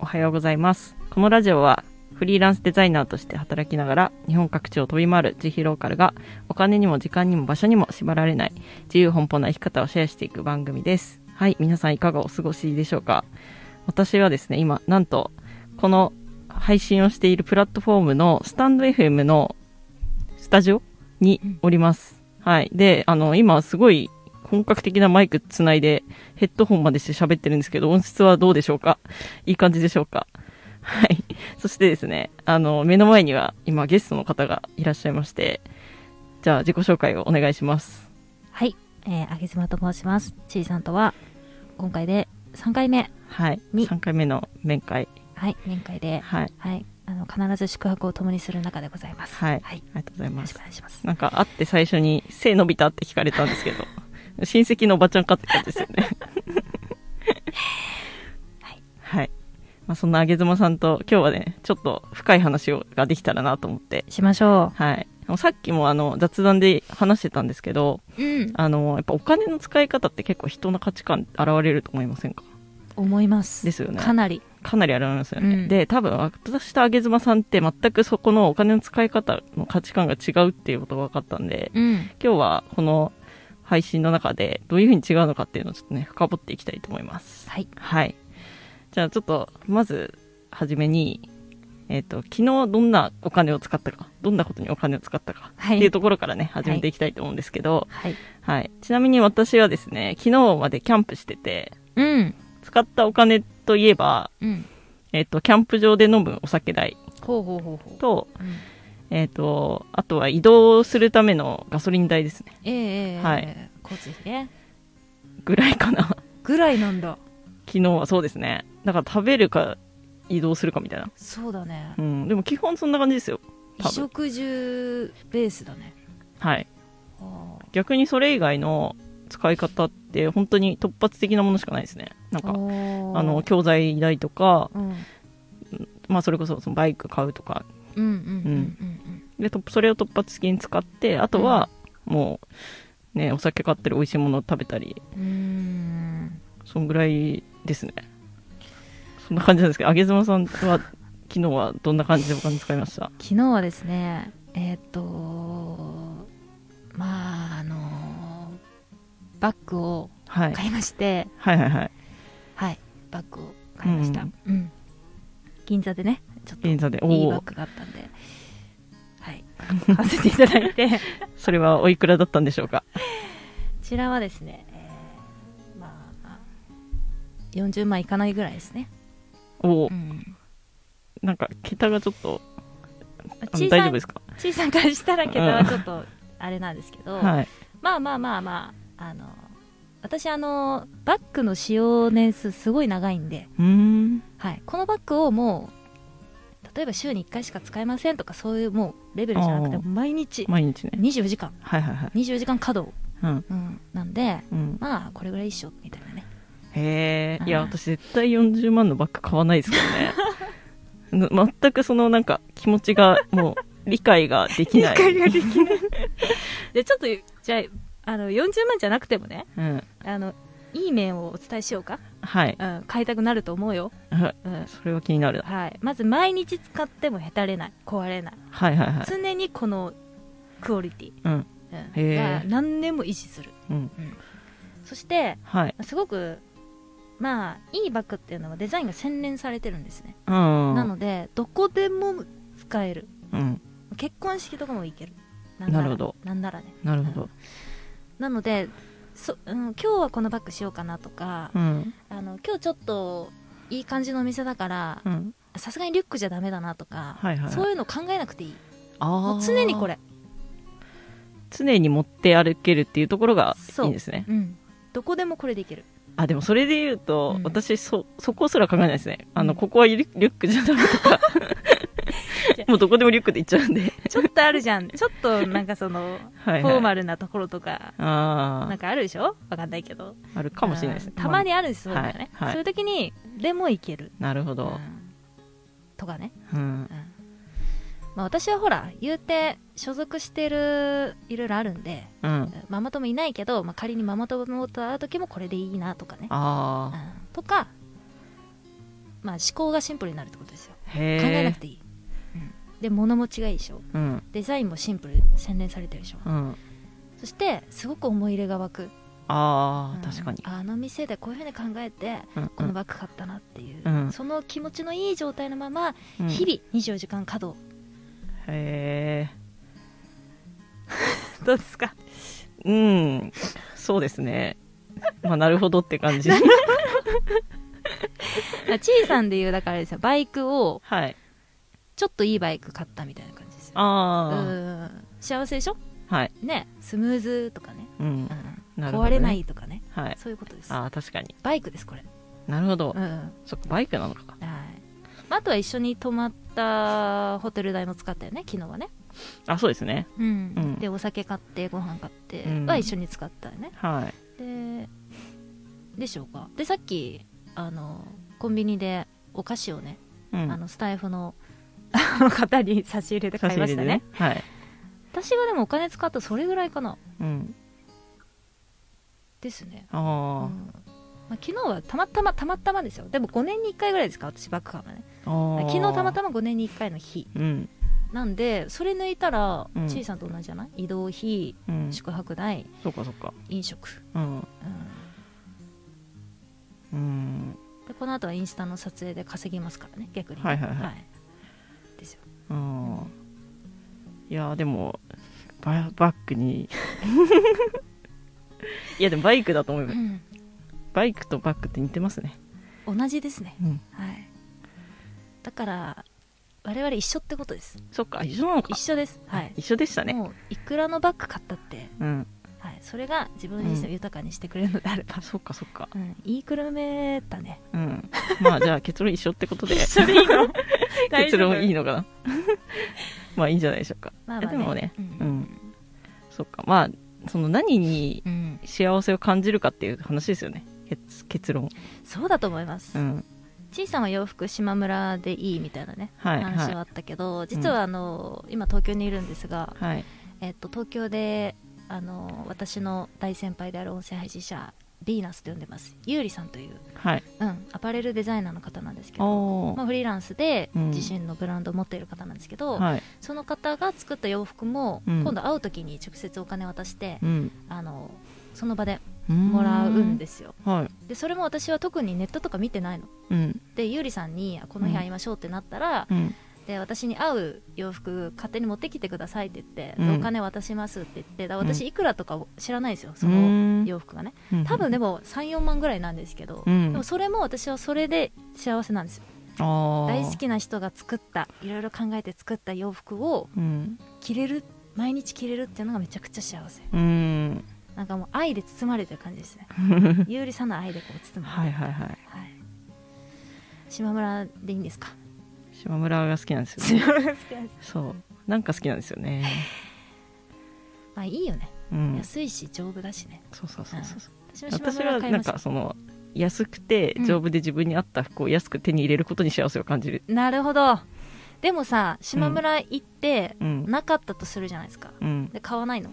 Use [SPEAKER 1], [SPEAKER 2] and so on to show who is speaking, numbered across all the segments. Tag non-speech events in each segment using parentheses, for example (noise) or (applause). [SPEAKER 1] はようございます。このラジオはフリーランスデザイナーとして働きながら日本各地を飛び回る自費ローカルがお金にも時間にも場所にも縛られない自由奔放な生き方をシェアしていく番組です。はい、皆さんいかがお過ごしでしょうか私はですね、今、なんと、この配信をしているプラットフォームのスタンド FM のスタジオにおります。はい。で、あの、今すごい本格的なマイクつないでヘッドホンまでして喋ってるんですけど、音質はどうでしょうかいい感じでしょうかはい。そしてですね、あの、目の前には今ゲストの方がいらっしゃいまして、じゃあ自己紹介をお願いします。
[SPEAKER 2] はい、えー、あげずまと申します。ちいさんとは、今回で3回目、
[SPEAKER 1] はい。
[SPEAKER 2] に
[SPEAKER 1] 3回目の面会。
[SPEAKER 2] はい、面会で、
[SPEAKER 1] はい。
[SPEAKER 2] はい、あの、必ず宿泊を共にする中でございます。
[SPEAKER 1] はい
[SPEAKER 2] はい、
[SPEAKER 1] ありがとうござい
[SPEAKER 2] よろ
[SPEAKER 1] ま
[SPEAKER 2] し
[SPEAKER 1] す
[SPEAKER 2] くお。願いします。
[SPEAKER 1] なんか会って最初に背伸びたって聞かれたんですけど、 (laughs) 親戚のおばちゃんかって感じですよね。
[SPEAKER 2] (laughs) はい。
[SPEAKER 1] はい。まあ、そんなあげずまさんと今日はね、ちょっと深い話をができたらなと思って。
[SPEAKER 2] しましょ
[SPEAKER 1] はい。あのさっきもあの雑談で話してたんですけど、
[SPEAKER 2] う。うん。
[SPEAKER 1] あの、やっぱお金の使い方って結構人の価値観現れると思いませんか
[SPEAKER 2] 思います。
[SPEAKER 1] ですよね
[SPEAKER 2] かなり。
[SPEAKER 1] かなり現れますよね。
[SPEAKER 2] うん
[SPEAKER 1] で、多分私とあげずまさんって全くそこのお金の使い方の価値観が違うっていうことが分かったんで、
[SPEAKER 2] うん。
[SPEAKER 1] 今日はこの配信の中でどういうふうに違うのかっていうのをちょっとね、深掘っていきたいと思います。
[SPEAKER 2] はい。
[SPEAKER 1] はい。じゃあちょっと、まず、はじめに、えっ、と、昨日どんなお金を使ったか、どんなことにお金を使ったか、
[SPEAKER 2] はい
[SPEAKER 1] っていうところからね、始めていきたいと思うんですけど、
[SPEAKER 2] はい。
[SPEAKER 1] はい、ちなみに私はですね、昨日までキャンプしてて、
[SPEAKER 2] うん。
[SPEAKER 1] 使ったお金といえば、
[SPEAKER 2] うん。
[SPEAKER 1] えっ、と、キャンプ場で飲むお酒代
[SPEAKER 2] ほうほうほうほう。
[SPEAKER 1] と、
[SPEAKER 2] うん、
[SPEAKER 1] えっ、と、あとは移動するためのガソリン代ですね。
[SPEAKER 2] ええええ
[SPEAKER 1] はい
[SPEAKER 2] ええ交通費ね。
[SPEAKER 1] ぐらいかな。 (laughs)
[SPEAKER 2] ぐらいなんだ。
[SPEAKER 1] 昨日はそうですねだから食べるか移動するかみたいな
[SPEAKER 2] そうだね
[SPEAKER 1] う。んでも基本そんな感じですよ多分
[SPEAKER 2] 衣食住ベースだね。
[SPEAKER 1] はい
[SPEAKER 2] あ
[SPEAKER 1] 逆にそれ以外の使い方って本当に突発的なものしかないですねなん
[SPEAKER 2] あ
[SPEAKER 1] か
[SPEAKER 2] ー
[SPEAKER 1] あの、教材代とか、
[SPEAKER 2] うん。
[SPEAKER 1] まあ、それこそそのバイク買うとか
[SPEAKER 2] うんうんうんうん
[SPEAKER 1] でとそれを突発的に使ってあとはもうねお酒買ったり美味しいものを食べたり
[SPEAKER 2] うん。うーん。
[SPEAKER 1] そんぐらいですねそんな感じなんですけどあげずまさんは昨日はどんな感じでお金使いました
[SPEAKER 2] 昨日はですねえーっとまああのバッグを
[SPEAKER 1] はい
[SPEAKER 2] 買いまして
[SPEAKER 1] はいはいはい
[SPEAKER 2] はい、バッグを買いました、
[SPEAKER 1] う
[SPEAKER 2] うんん銀座でねちょっといい
[SPEAKER 1] 銀座でお
[SPEAKER 2] バッ
[SPEAKER 1] お
[SPEAKER 2] グがあったんではい買わせていただい
[SPEAKER 1] (laughs)
[SPEAKER 2] てこ
[SPEAKER 1] それはおいくらだったんでしょうか
[SPEAKER 2] ちらはですね、えーまあ40万いかないぐらいですね、
[SPEAKER 1] おお
[SPEAKER 2] うん、
[SPEAKER 1] なんか桁がちょっとあの
[SPEAKER 2] 小
[SPEAKER 1] 大丈
[SPEAKER 2] さ
[SPEAKER 1] 夫
[SPEAKER 2] い
[SPEAKER 1] ですか
[SPEAKER 2] 小さいからしたら桁はちょっとあれなんですけど、
[SPEAKER 1] はい
[SPEAKER 2] まあまあまあまあ、あの、私あの、バッグの使用年数すごい長いんで、
[SPEAKER 1] うーん
[SPEAKER 2] はい。このバッグをもう、例えば週に1回しか使えませんとか、そういうもうレベルじゃなくて、
[SPEAKER 1] あー
[SPEAKER 2] 毎日、
[SPEAKER 1] 毎日ね
[SPEAKER 2] 24時間、
[SPEAKER 1] はいはいはい
[SPEAKER 2] 24時間稼働、
[SPEAKER 1] うん
[SPEAKER 2] うん、なんで、
[SPEAKER 1] うん
[SPEAKER 2] まあ、これぐらい一緒、みたいなね。
[SPEAKER 1] へえいや
[SPEAKER 2] あー
[SPEAKER 1] 私絶対40万のバッグ買わないですからね (laughs) な全くそのなんか気持ちがもう理解がで
[SPEAKER 2] (laughs)
[SPEAKER 1] きない
[SPEAKER 2] できない。で、ちょっと、じゃあ、あの、40万じゃなくてもね、
[SPEAKER 1] うん
[SPEAKER 2] あの、いい面をお伝えしようか。
[SPEAKER 1] はい
[SPEAKER 2] うん、買いたくなると思うよ。
[SPEAKER 1] はい
[SPEAKER 2] うん。
[SPEAKER 1] それは気になるな
[SPEAKER 2] はい。まず、毎日使ってもへたれない。壊れない。
[SPEAKER 1] はいはいはい
[SPEAKER 2] 常にこのクオリティ、
[SPEAKER 1] うん
[SPEAKER 2] う
[SPEAKER 1] へ
[SPEAKER 2] ん、
[SPEAKER 1] え
[SPEAKER 2] が何年も維持する
[SPEAKER 1] うん
[SPEAKER 2] そして
[SPEAKER 1] はい
[SPEAKER 2] すごくまあいいバッグっていうのはデザインが洗練されてるんですね、
[SPEAKER 1] うん
[SPEAKER 2] なのでどこでも使える
[SPEAKER 1] うん
[SPEAKER 2] 結婚式とかもいけるなんなら
[SPEAKER 1] なるほど
[SPEAKER 2] なんならね
[SPEAKER 1] なるほど
[SPEAKER 2] なのでそ、うん、今日はこのバッグしようかなとか、
[SPEAKER 1] うん
[SPEAKER 2] あの今日ちょっといい感じのお店だから
[SPEAKER 1] うん
[SPEAKER 2] さすがにリュックじゃダメだなとか、
[SPEAKER 1] はいはいはい
[SPEAKER 2] そういうの考えなくていい
[SPEAKER 1] あ
[SPEAKER 2] も
[SPEAKER 1] あ
[SPEAKER 2] う常にこれ
[SPEAKER 1] 常に持って歩けるっていうところがい
[SPEAKER 2] そう
[SPEAKER 1] いんですね
[SPEAKER 2] うんどこでもこれでいける
[SPEAKER 1] あでもそれで言うと、
[SPEAKER 2] うん
[SPEAKER 1] 私そそこすら考えないですねあの、
[SPEAKER 2] うん
[SPEAKER 1] ここはリュリュックじゃダメと
[SPEAKER 2] (laughs)
[SPEAKER 1] か (laughs) もうどこでもリュックで行っちゃうんで
[SPEAKER 2] ちょっとあるじゃん。ちょっとなんかその、
[SPEAKER 1] はい、はい、
[SPEAKER 2] フォーマルなところとか、
[SPEAKER 1] あ
[SPEAKER 2] なんかあるでしょわかんないけど。
[SPEAKER 1] ああるかもしれないです
[SPEAKER 2] う
[SPEAKER 1] ね
[SPEAKER 2] んたまにあるんです、そういうのが
[SPEAKER 1] はい
[SPEAKER 2] ね。
[SPEAKER 1] はい
[SPEAKER 2] そういう時に、でもいける。
[SPEAKER 1] なるほ
[SPEAKER 2] う
[SPEAKER 1] ど、
[SPEAKER 2] んとかね。
[SPEAKER 1] うん
[SPEAKER 2] うんまあ私はほら、言うて、所属してる、いろいろあるんで、
[SPEAKER 1] うん、
[SPEAKER 2] ママ友いないけど、まあ仮にママ友と会う時もこれでいいなとかね。
[SPEAKER 1] ああ
[SPEAKER 2] うんとか、まあ、思考がシンプルになるってことですよ考えな
[SPEAKER 1] へ
[SPEAKER 2] くていい、うん、で物持ちがいいでしょ
[SPEAKER 1] えうん
[SPEAKER 2] デザインもシンプル洗練されてるでしょ
[SPEAKER 1] うん
[SPEAKER 2] そしてすごく思い入れが湧く
[SPEAKER 1] あ
[SPEAKER 2] うん
[SPEAKER 1] ー確かに
[SPEAKER 2] あの店でこういうふうに考えて
[SPEAKER 1] うん
[SPEAKER 2] このバッグ買ったなっていう、
[SPEAKER 1] うん
[SPEAKER 2] その気持ちのいい状態のまま
[SPEAKER 1] うん
[SPEAKER 2] 日々24時間
[SPEAKER 1] (laughs)
[SPEAKER 2] 稼働、
[SPEAKER 1] へえ
[SPEAKER 2] どうですか
[SPEAKER 1] うんそうですねまあなるほどって
[SPEAKER 2] (laughs)
[SPEAKER 1] 感じ
[SPEAKER 2] ちいさんでいうだからあれですよバイクを
[SPEAKER 1] はい
[SPEAKER 2] ちょっといいバイク買ったみたいな感じですよう
[SPEAKER 1] あ
[SPEAKER 2] ん幸せでしょ
[SPEAKER 1] あはい
[SPEAKER 2] ねスムーズとかね,、
[SPEAKER 1] うん
[SPEAKER 2] うん、
[SPEAKER 1] なるほどね
[SPEAKER 2] 壊れないとかね
[SPEAKER 1] はい
[SPEAKER 2] そういうことです
[SPEAKER 1] ああ確かに
[SPEAKER 2] バイクですこれ、
[SPEAKER 1] なるほど
[SPEAKER 2] うんは
[SPEAKER 1] そっかバイクなのか
[SPEAKER 2] いまああとは一緒に泊まったホテル代も使ったよね昨日はね、
[SPEAKER 1] あそうですね
[SPEAKER 2] うん
[SPEAKER 1] うん
[SPEAKER 2] でお酒買ってご飯買って
[SPEAKER 1] うん
[SPEAKER 2] は一緒に使ったよね、
[SPEAKER 1] はい
[SPEAKER 2] ででしょうかでさっきあのコンビニでお菓子をね、
[SPEAKER 1] うん
[SPEAKER 2] あのスタイフのあの方に差し入れで買いましたね
[SPEAKER 1] 差し入れでねはい
[SPEAKER 2] 私がでもお金使ったそれぐらいかな
[SPEAKER 1] うん
[SPEAKER 2] ですね、うん
[SPEAKER 1] あ
[SPEAKER 2] まあ、昨日はたまたまたまたまですよでも5年に1回ぐらいですか私バックハームね
[SPEAKER 1] ーあ
[SPEAKER 2] 昨日たま
[SPEAKER 1] ま
[SPEAKER 2] たま5年に1回の日
[SPEAKER 1] うん
[SPEAKER 2] なんでそれ抜いたら、
[SPEAKER 1] うん
[SPEAKER 2] ちいさんと同じじゃない移動費
[SPEAKER 1] うん
[SPEAKER 2] 宿泊代
[SPEAKER 1] そっかそっか
[SPEAKER 2] 飲食、
[SPEAKER 1] うん
[SPEAKER 2] うん、
[SPEAKER 1] うん
[SPEAKER 2] でこの後はインスタの撮影で稼ぎますからね逆にね、
[SPEAKER 1] はいはいはい
[SPEAKER 2] はい、ですよ
[SPEAKER 1] うんいやーでもババック
[SPEAKER 2] (laughs)
[SPEAKER 1] にいやでもバイクだと思う
[SPEAKER 2] うん
[SPEAKER 1] バイクとバックって似てますね
[SPEAKER 2] 同じですね
[SPEAKER 1] うん
[SPEAKER 2] はいだから我々一緒ってことです
[SPEAKER 1] そっか一緒なのか
[SPEAKER 2] 一緒ですはい
[SPEAKER 1] 一緒でしたね
[SPEAKER 2] もういくらのバッグ買ったって、
[SPEAKER 1] うん
[SPEAKER 2] はい、それが自分の人生を豊かにしてくれるのであれば、
[SPEAKER 1] たそっかそっか
[SPEAKER 2] うんいいくるめだね (laughs)
[SPEAKER 1] うんまあじゃあ結論一緒ってことで
[SPEAKER 2] 緒でいいの
[SPEAKER 1] 結論 (laughs) いい
[SPEAKER 2] の
[SPEAKER 1] のかな (laughs) まあいいんじゃないでしょうか
[SPEAKER 2] まあまあ、
[SPEAKER 1] でもね
[SPEAKER 2] う
[SPEAKER 1] うんそっかまあその何に
[SPEAKER 2] うん、
[SPEAKER 1] 幸せを感じるかっていう話ですよね結結論
[SPEAKER 2] そうだと思います、
[SPEAKER 1] うん
[SPEAKER 2] ちいさんは洋服島村でいいみたいなね
[SPEAKER 1] はい
[SPEAKER 2] 話は
[SPEAKER 1] は
[SPEAKER 2] あったけど、実はあの、今東京にいるんですが
[SPEAKER 1] い、はい
[SPEAKER 2] えっと、東京であの私の大先輩である音声配信者ヴィーナスと呼んでますゆうりさんという、
[SPEAKER 1] はい
[SPEAKER 2] うん、アパレルデザイナーの方なんですけど、
[SPEAKER 1] お
[SPEAKER 2] ま
[SPEAKER 1] ー
[SPEAKER 2] あ、フリーランスで
[SPEAKER 1] うん
[SPEAKER 2] 自身のブランドを持っている方なんですけど、
[SPEAKER 1] はい
[SPEAKER 2] その方が作った洋服も、
[SPEAKER 1] うん
[SPEAKER 2] 今度会う時に直接お金渡して、
[SPEAKER 1] うん
[SPEAKER 2] あのその場でも
[SPEAKER 1] も
[SPEAKER 2] らうんですよ
[SPEAKER 1] すはい
[SPEAKER 2] でそれも私は特にネットとか見てないの
[SPEAKER 1] うん
[SPEAKER 2] でゆうりさんにあこの日会いましょうってなったら、
[SPEAKER 1] うん
[SPEAKER 2] で私に合う洋服勝手に持ってきてくださいって言って、で
[SPEAKER 1] うん
[SPEAKER 2] お金渡しますって言ってだから
[SPEAKER 1] う
[SPEAKER 2] 私いくらとかを知らないですよそうの
[SPEAKER 1] ーん
[SPEAKER 2] 洋服がね
[SPEAKER 1] うん
[SPEAKER 2] 多分でも34万ぐらいなんですけど、
[SPEAKER 1] うん
[SPEAKER 2] でもそれも私はそれで幸せなんですよ
[SPEAKER 1] あー
[SPEAKER 2] 大好きな人が作ったいろいろ考えて作った洋服を
[SPEAKER 1] うん
[SPEAKER 2] 着れる毎日着れるっていうのがめちゃくちゃ幸せ
[SPEAKER 1] うん
[SPEAKER 2] なんかもう愛で包まれてる感じで
[SPEAKER 1] (laughs)
[SPEAKER 2] すねゆうりさんの愛でこう包ま
[SPEAKER 1] は
[SPEAKER 2] れ
[SPEAKER 1] いはいはい
[SPEAKER 2] て、はい、島村でいいんですか
[SPEAKER 1] 島村が好きなんですよね
[SPEAKER 2] 島村好きです
[SPEAKER 1] そうなんか好きなんですよね
[SPEAKER 2] まあいいよね、
[SPEAKER 1] うん
[SPEAKER 2] 安いし丈夫だしね
[SPEAKER 1] そうそうそうそう
[SPEAKER 2] 私も島
[SPEAKER 1] 私
[SPEAKER 2] 村
[SPEAKER 1] は
[SPEAKER 2] を買い
[SPEAKER 1] な
[SPEAKER 2] ま
[SPEAKER 1] ん
[SPEAKER 2] した
[SPEAKER 1] かその安くて
[SPEAKER 2] うん
[SPEAKER 1] 丈夫で自分に合った服を安く手に入れることに幸せを感じる
[SPEAKER 2] なるほどでもさ島村行って
[SPEAKER 1] うん
[SPEAKER 2] なかったとするじゃないですか
[SPEAKER 1] うん
[SPEAKER 2] で買わないの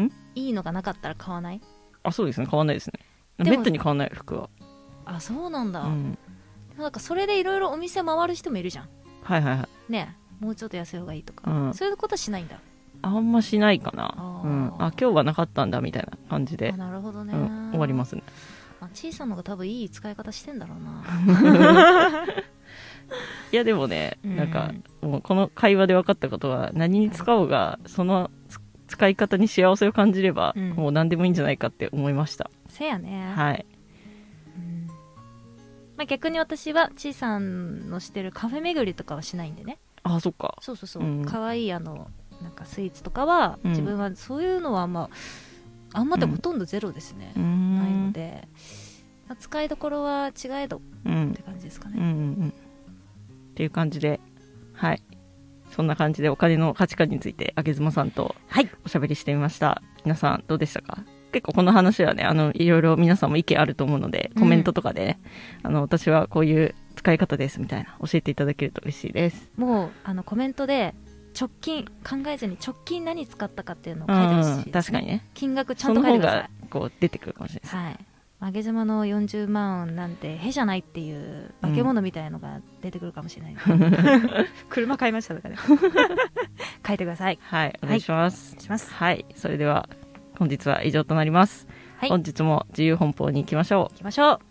[SPEAKER 1] ん
[SPEAKER 2] いいのがなかったら買わない
[SPEAKER 1] あそうですね買わないですね
[SPEAKER 2] でも
[SPEAKER 1] めったに買わない服は
[SPEAKER 2] あそうなんだ、
[SPEAKER 1] うん
[SPEAKER 2] なんかそれでいろいろお店回る人もいるじゃん
[SPEAKER 1] はいはいはい
[SPEAKER 2] ねえもうちょっと安い方がいいとか、
[SPEAKER 1] うん
[SPEAKER 2] そういうことはしないんだ
[SPEAKER 1] あんましないかな
[SPEAKER 2] あー
[SPEAKER 1] うんあ今日はなかったんだみたいな感じで
[SPEAKER 2] あなるほどね、
[SPEAKER 1] うん終わりますすね
[SPEAKER 2] 小さなのが多分いい使い方してんだろ
[SPEAKER 1] (laughs)
[SPEAKER 2] うな
[SPEAKER 1] いやでもね、
[SPEAKER 2] うん
[SPEAKER 1] なんかもうこの会話で分かったことは何に使おうがそのつ使い方に幸せを感じれば、
[SPEAKER 2] うん
[SPEAKER 1] もう何でもいいんじゃないかって思いました、
[SPEAKER 2] せやね、
[SPEAKER 1] はい
[SPEAKER 2] うんまあ、逆に私はちいさんのしてるカフェ巡りとかはしないんでね
[SPEAKER 1] あそっか
[SPEAKER 2] そうそうそう、
[SPEAKER 1] うん
[SPEAKER 2] かわいいあのなんかスイーツとかは、
[SPEAKER 1] うん
[SPEAKER 2] 自分はそういうのはあんまあんまでほとんどゼロですね
[SPEAKER 1] うー、ん
[SPEAKER 2] ないので、まあ、使いどころは違えどっ
[SPEAKER 1] うん
[SPEAKER 2] て感じですか
[SPEAKER 1] うんう
[SPEAKER 2] ね、
[SPEAKER 1] んうんっていう感じではいそんな感じでお金の価値観についてあげずまさんと
[SPEAKER 2] はい
[SPEAKER 1] おしゃべりしてみました皆さんどうでしたか結構この話はねあのいろいろ皆さんも意見あると思うのでコメントとかでね、あの私はこういう使い方ですみたいな教えていただけると嬉しいです
[SPEAKER 2] もうあのコメントで直近考えずに直近何使ったかっていうのを
[SPEAKER 1] う
[SPEAKER 2] 書いてほしいです
[SPEAKER 1] ん、
[SPEAKER 2] ね
[SPEAKER 1] 確かにね
[SPEAKER 2] 金額ちゃ
[SPEAKER 1] そ
[SPEAKER 2] んと
[SPEAKER 1] の
[SPEAKER 2] 書
[SPEAKER 1] 方
[SPEAKER 2] いてくださ
[SPEAKER 1] がこう出てくるかもしれない
[SPEAKER 2] いはい曲げ島の40万なんてへじゃないっていう化け物みたいのが出てくるかもしれない、
[SPEAKER 1] (laughs)
[SPEAKER 2] 車買いましたとかね書いてください
[SPEAKER 1] はい、お願いします。
[SPEAKER 2] します
[SPEAKER 1] はい、それでは本日は以上となります。
[SPEAKER 2] はい
[SPEAKER 1] 本日も自由奔放に行きましょう。
[SPEAKER 2] 行きましょう